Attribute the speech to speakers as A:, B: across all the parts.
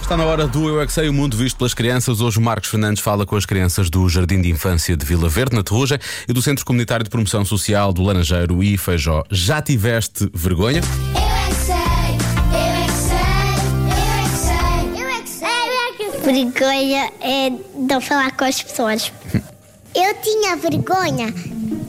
A: Está na hora do Eu é que Sei, o mundo visto pelas crianças. Hoje o Marcos Fernandes fala com as crianças do Jardim de Infância de Vila Verde, na Terrugem, e do Centro Comunitário de Promoção Social do Laranjeiro e Feijó. Já tiveste vergonha?
B: Eu é que sei, é eu é que sei, eu é que sei, eu é que sei, eu é que sei.
C: Vergonha é não falar com as pessoas.
B: Eu tinha vergonha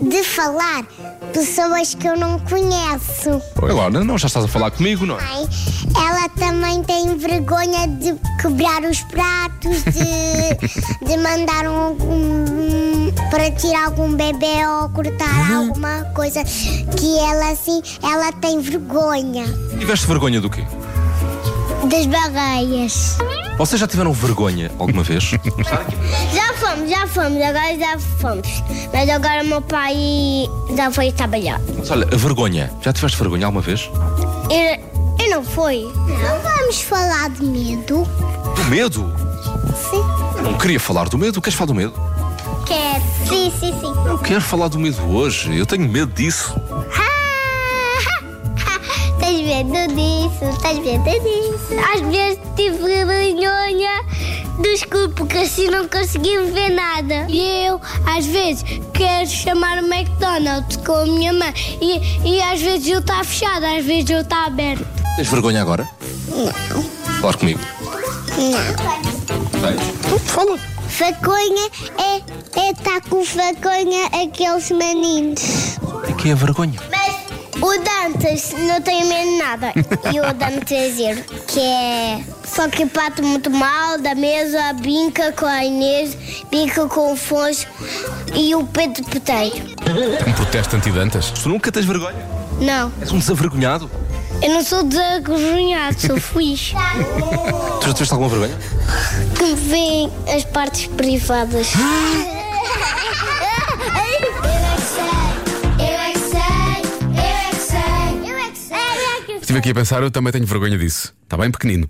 B: de falar pessoas que eu não conheço.
D: Agora, não já estás a falar comigo, não é?
B: Mãe, ela também tem vergonha de quebrar os pratos, de, de mandar um, um- para tirar algum bebê ou cortar
D: Uhum.
B: alguma coisa que ela assim, ela tem vergonha
D: Tiveste vergonha do quê?
B: das barreiras.
D: Vocês já tiveram vergonha alguma vez?
C: Já fomos, já fomos, agora já fomos. Mas agora o meu pai já foi trabalhar.
D: Mas olha, a vergonha. Já tiveste vergonha alguma vez?
C: Eu, eu não fui.
B: Não vamos falar de medo.
D: Do medo? Eu não queria falar do medo. Queres falar do medo?
C: é,
B: Quer? Sim, sim, sim.
D: Eu quero falar do medo hoje. Eu tenho medo disso.
B: Tens medo disso, tens medo disso.
C: Às vezes tive vergonha do escuro, porque assim não consegui ver nada. E eu, às vezes, quero chamar o McDonald's com a minha mãe. E, e às vezes eu tá está fechado, às vezes eu
B: tá
C: está aberto.
D: Tens vergonha agora? Não. Falar comigo. Tens? Fala.
B: Faconha é, é
C: tá
B: estar com faconha aqueles maninhos.
D: E que é a vergonha?
C: Mas o Dantas não tem medo de nada. E o Dantas zero. Que é. Só que pato muito mal da mesa, brinca com a Inês, brinca com o Afonso e o Pedro Peteiro.
A: Um protesto anti-dantas?
D: Tu nunca tens vergonha?
C: Não,
D: És um desavergonhado.
C: eu não sou desagrunhado, sou feliz.
D: Tu já tiveste alguma vergonha?
C: que me veem as partes privadas.
B: é Eu é que sei, eu é que sei, eu é que sei, eu é que sei.
A: Estive aqui a pensar, eu também tenho vergonha disso. Está bem pequenino.